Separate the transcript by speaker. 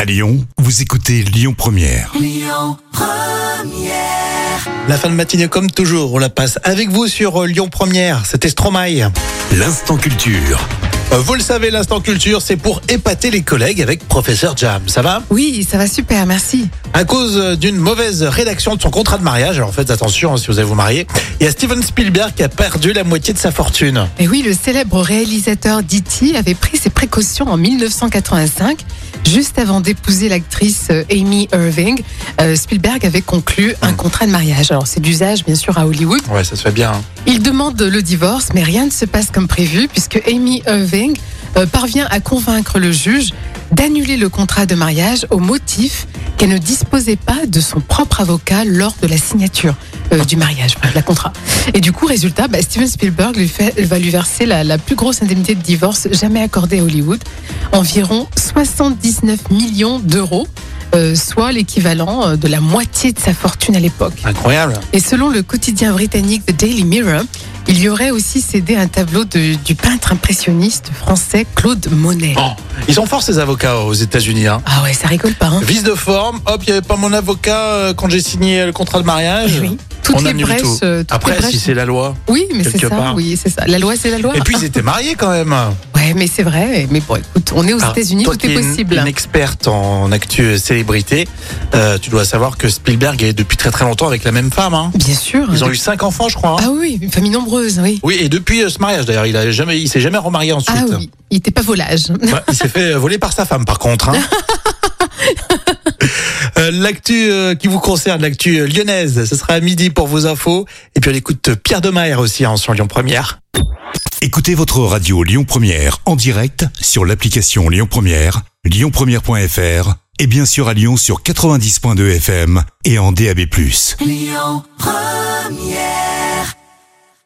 Speaker 1: À Lyon, vous écoutez Lyon Première.
Speaker 2: La fin de matinée, comme toujours, on la passe avec vous sur euh, Lyon Première. C'était Stromae.
Speaker 1: L'instant culture.
Speaker 2: Euh, Vous le savez, l'instant culture, c'est pour épater les collègues avec Professeur Jam. Ça va
Speaker 3: Oui, ça va super, merci.
Speaker 2: À cause euh, d'une mauvaise rédaction de son contrat de mariage, alors faites attention hein, si vous allez vous marier, il y a Steven Spielberg qui a perdu la moitié de sa fortune.
Speaker 3: Et oui, le célèbre réalisateur Ditty avait pris ses précautions en 1985. Juste avant d'épouser l'actrice euh, Amy Irving, euh, Spielberg avait conclu un contrat de mariage. Alors c'est d'usage bien sûr à Hollywood.
Speaker 2: Ouais, ça se fait bien. hein.
Speaker 3: Il demande le divorce, mais rien ne se passe comme prévu puisque Amy Irving euh, parvient à convaincre le juge d'annuler le contrat de mariage au motif qu'elle ne disposait pas de son propre avocat lors de la signature euh, du mariage, enfin, de la contrat. Et du coup, résultat, bah, Steven Spielberg lui fait- va lui verser la, la plus grosse indemnité de divorce jamais accordée à Hollywood, environ 79 millions d'euros, euh, soit l'équivalent euh, de la moitié de sa fortune à l'époque.
Speaker 2: Incroyable.
Speaker 3: Et selon le quotidien britannique The Daily Mirror, il y aurait aussi cédé un tableau de- du peintre impressionniste français Claude Monet.
Speaker 2: Bon, ils sont forts ces avocats aux États-Unis. Hein.
Speaker 3: Ah ouais, ça rigole pas, hein
Speaker 2: Vice de forme, hop, il n'y avait pas mon avocat euh, quand j'ai signé le contrat de mariage.
Speaker 3: Eh Oui. Toutes
Speaker 2: on
Speaker 3: les
Speaker 2: annule
Speaker 3: brèches.
Speaker 2: tout.
Speaker 3: euh, toutes les
Speaker 2: Après,
Speaker 3: brèches-
Speaker 2: si c'est la loi.
Speaker 3: Oui, mais c'est
Speaker 2: quelque
Speaker 3: ça.
Speaker 2: part.
Speaker 3: Oui, c'est ça. La loi, c'est la loi.
Speaker 2: Et puis ils étaient mariés quand même.
Speaker 3: Ouais, mais c'est vrai. Mais bon, écoute, on est aux
Speaker 2: Alors,
Speaker 3: États-Unis,
Speaker 2: Ah, toi
Speaker 3: tout
Speaker 2: qui
Speaker 3: est
Speaker 2: es une-
Speaker 3: possible.
Speaker 2: Une experte en actu célébrité, euh, tu dois savoir que Spielberg est depuis très très longtemps avec la même femme. hein.
Speaker 3: Bien sûr.
Speaker 2: Ils ont eu cinq enfants, je crois. hein.
Speaker 3: Ah oui, une famille nombreuse, oui.
Speaker 2: Oui, et depuis euh, ce mariage d'ailleurs, il a jamais, il s'est jamais remarié ensuite.
Speaker 3: Ah oui, il était pas volage.
Speaker 2: Bah, il s'est fait euh, voler par sa femme, par contre. hein. Euh, L'actu euh, qui vous concerne, l'actu euh, lyonnaise, ce sera à midi pour vos infos. Et puis on écoute Pierre Demaire aussi hein, sur Lyon Première.
Speaker 1: Écoutez votre radio Lyon Première en direct sur l'application Lyon Première, lyonpremière.fr et bien sûr à Lyon sur 90.2 FM et en DAB+.